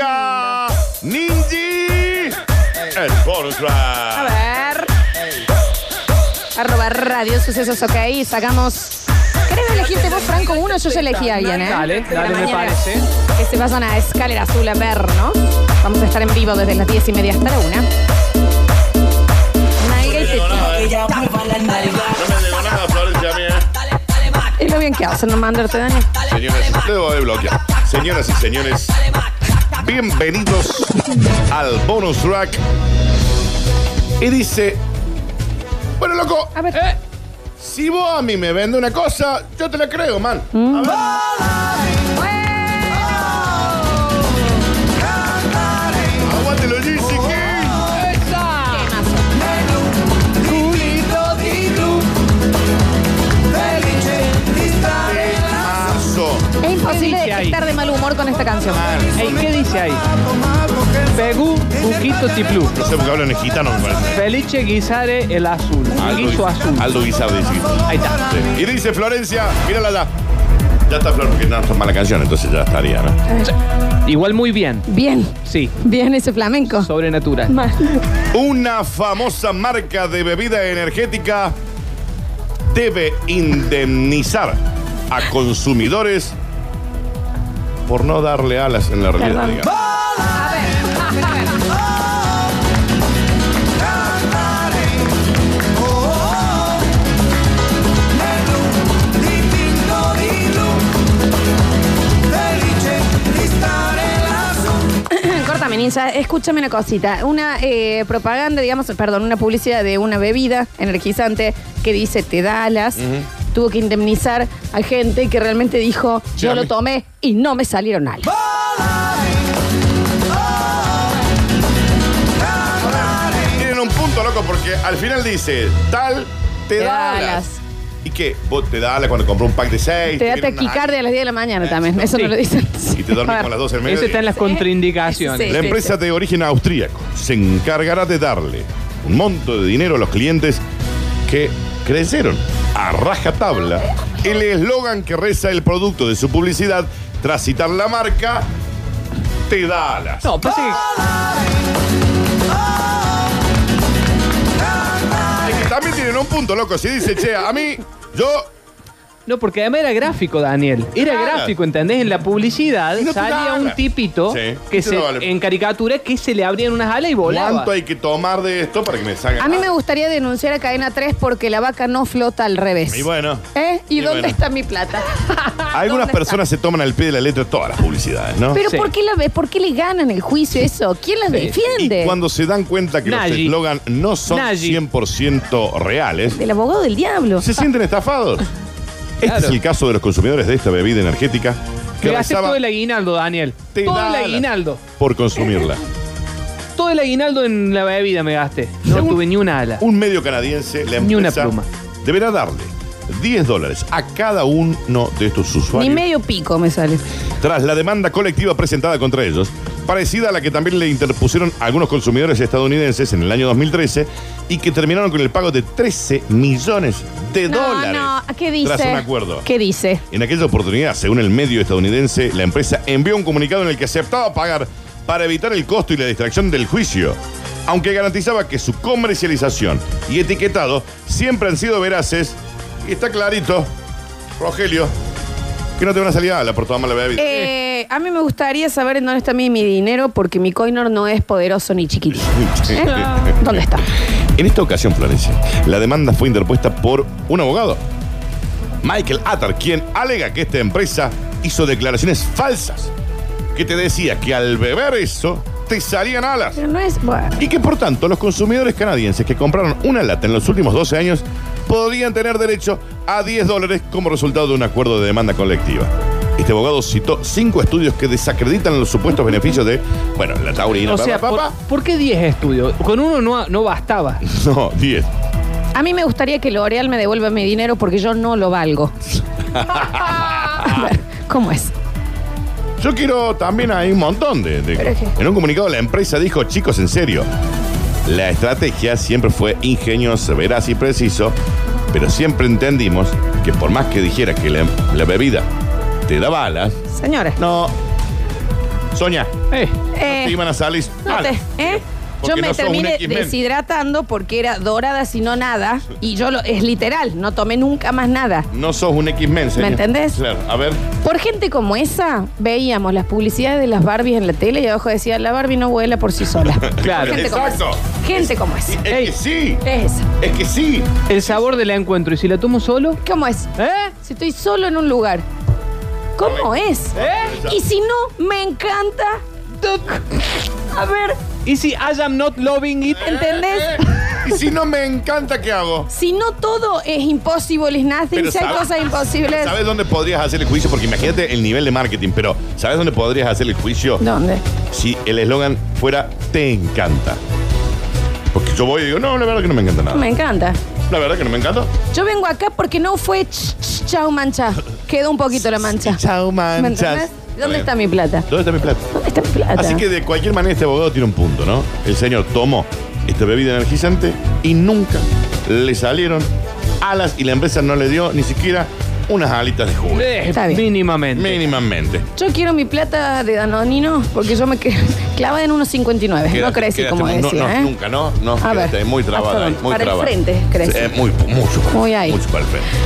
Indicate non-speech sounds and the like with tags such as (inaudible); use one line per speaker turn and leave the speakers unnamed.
Llega Ninji el bonus
Eh. A
track.
ver. Arroba Radio Sucesos, ok. Sacamos. ¿Querés elegirte vos, Franco, uno? Yo ya elegí a alguien, ¿eh?
Dale,
De la
dale, me
mañana.
parece.
Que se vayan a Escalera Azul a ver, ¿no? Vamos a estar en vivo desde las 10 y media hasta la 1.
No
Nalga y
me llegó
tetilla.
nada, ¿eh? No me llegó nada, Florencia, a mí, ¿eh?
Es lo bien que hacen, no mandarte daño.
Señoras, lo debo de bloquear. Señoras y señores, bienvenidos al bonus track. Y dice, bueno, loco,
A ver.
si vos a mí me vende una cosa, yo te la creo, man.
Mm.
Aguántelo,
Oh,
Jesse King. Temazo.
Es imposible
dice ahí?
estar de mal humor con esta canción.
Ey, ¿qué dice ahí? Pegú, Buquito Tiplú.
No sé por qué hablan en gitano, me parece.
Felice Guisare el azul.
Ah,
Guiso azul.
Aldo Guisardo dice.
Ahí está.
Sí. Y dice Florencia, mírala ya. Ya está Flor, porque no es mala canción, entonces ya estaría, ¿no?
Igual muy bien.
Bien,
Sí.
bien ese flamenco.
Sobrenatural.
Mal.
Una famosa marca de bebida energética debe indemnizar a consumidores por no darle alas en la realidad.
Perdón.
digamos.
A ver, a ver. Cortame, Ninja. Escúchame una cosita. Una eh, propaganda, digamos, perdón, una publicidad de una bebida energizante que dice te da alas. Tuvo que indemnizar a gente que realmente dijo
Sí,
yo
a
lo
mí.
tomé y no me salieron alas.
Tienen un punto, loco, porque al final dice, tal te,
Te
da
da
alas.
alas.
¿Y qué? Vos te da alas cuando compró un pack de seis.
Te da
viene una-
taquicardia a las 10 de la mañana también. Eso no
Sí.
lo dicen.
Y te dormís con las dos en medio.
Eso está en las contraindicaciones.
Sí.
La empresa de origen austríaco se encargará de darle un monto de dinero a los clientes que creyeron a rajatabla el eslogan que reza el producto de su publicidad tras citar la marca te da alas.
No, pasa
Es que también tienen un punto, loco. Si dice, che, a mí, yo
que. No, porque además era gráfico, Daniel. Era
Claro.
gráfico, ¿entendés? En la publicidad
Y no te
salía
daba.
un tipito
Sí.
que
Eso
se,
vale.
en caricatura que se le abrían unas alas y volaba.
¿cuánto hay que tomar de esto para que me salga?
A mí me gustaría denunciar a Cadena 3 porque la vaca no flota al revés.
Y bueno.
¿Eh? ¿Y,
Y
dónde
bueno.
está mi plata?
Algunas
¿Dónde
personas se toman al pie de la letra todas las publicidades, ¿no?
Pero
Sí.
¿por, qué la, ve- ¿por qué le ganan el juicio eso? ¿Quién las defiende?
Y cuando se dan cuenta que los
Nagy.
eslogan no son
Nagy.
100% reales,
Del abogado del diablo.
se sienten estafados. Este
Claro.
es el caso de los consumidores de esta bebida energética que
Le haces
rezaba
todo el aguinaldo, Daniel.
Te da
Todo el
alas.
aguinaldo.
por consumirla.
Todo el aguinaldo en la bebida me gasté. No
Según-
tuve ni una ala.
Un medio canadiense, la empresa,
Ni una pluma.
deberá darle 10 dólares a cada uno de estos
Ni
usuarios
medio pico me sale.
tras la demanda colectiva presentada contra ellos, parecida a la que también le interpusieron algunos consumidores estadounidenses en el año 2013 y que terminaron con el pago de 13 millones de dólares
No, no, ¿qué dice?
tras un acuerdo.
¿Qué dice?
En aquella oportunidad, según el medio estadounidense, la empresa envió un comunicado en el que aceptaba pagar para evitar el costo y la distracción del juicio, aunque garantizaba que su comercialización y etiquetado siempre han sido veraces. Y está clarito, Rogelio, que no te van a salir a la por toda mala bebida.
Eh, a mí me gustaría saber en dónde está mi, mi dinero porque mi coinor no es poderoso ni chiquitito.
(laughs)
¿Eh? ¿Dónde está?
En esta ocasión, Florencia, la demanda fue interpuesta por un abogado, Michael Attar, quien alega que esta empresa hizo declaraciones falsas, que te decía que al beber eso te salían alas.
Pero no es... bueno.
Y que por tanto los consumidores canadienses que compraron una lata en los últimos 12 años podrían tener derecho a 10 dólares como resultado de un acuerdo de demanda colectiva. Este abogado citó cinco estudios que desacreditan los supuestos beneficios de, bueno, la taurina,
O
pa,
sea,
pa,
por,
pa, (laughs)
¿por qué 10 estudios? Con uno no, no bastaba.
pa. No, 10.
A mí me gustaría que L'Oreal me devuelva mi dinero porque yo no
(laughs)
lo valgo. (laughs) A ver, ¿Cómo es?
Yo quiero también hay un montón de. de-
Pero es que-
En un comunicado la empresa dijo, chicos, en serio, la estrategia siempre fue ingeniosa, veraz y preciso, pero siempre entendimos que por más que dijera que la, la bebida te daba alas,
Señores.
no, Soñá.
Eh,
No te iban a salir.
No
mal.
te- ¿eh?
Porque
Yo me
no sos un
terminé
X-Men.
deshidratando porque era dorada sino nada. Y yo lo, es literal, no tomé nunca más nada.
No sos un X-Men, señor.
¿Me entendés?
Claro, a ver.
Por gente como esa, veíamos las publicidades de las Barbies en la tele y abajo decía, la Barbie no vuela por sí
(laughs)
sola.
Claro.
Gente como
Exacto.
esa. Gente como
Y
esa.
Es
Ey.
que sí.
Es esa.
Es que sí.
el sabor del encuentro. ¿Y si la tomo solo?
¿Cómo es?
¿Eh?
Si estoy solo en un lugar. ¿Cómo es?
¿Eh?
Y si no, me encanta. A ver,
¿Y si I am not loving it?
¿entendés?
¿Eh? Y si no me encanta, ¿qué hago?
Si no todo es imposible, es nothing,
Pero
si hay
sabe-
cosas imposibles.
¿Sabes dónde podrías hacer el juicio? Porque imagínate el nivel de marketing, pero ¿sabes dónde podrías hacer el juicio?
¿Dónde?
Si el eslogan fuera te encanta. Porque yo voy y digo, no, la verdad que no me encanta nada.
Me encanta.
La verdad que no me encanta.
Yo vengo acá porque no fue ch- ch- chau mancha. Quedó un poquito la mancha.
Chao,
¿Me entendés?
manchas.
¿Dónde está mi plata?
¿Dónde está mi plata?
¿Dónde está mi plata?
Así que de cualquier manera este abogado tiene un punto, ¿no? El señor tomó esta bebida energizante y nunca le salieron alas y la empresa no le dio ni siquiera unas alitas de jugo.
Eh,
Está bien.
mínimamente.
Mínimamente.
Yo quiero mi plata de Danonino porque yo me (laughs) quedé clavada en unos 59. no
Quédate-
crecí,
quédate
como
muy-
decía,
no, no,
¿eh?
Nunca, ¿no? No,
A ver,
quédate muy trabada ahí,
absoluto.
muy
Para el
trabada.
frente, crece.
Sí, muy, mucho.
Muy ahí.
Mucho para el frente.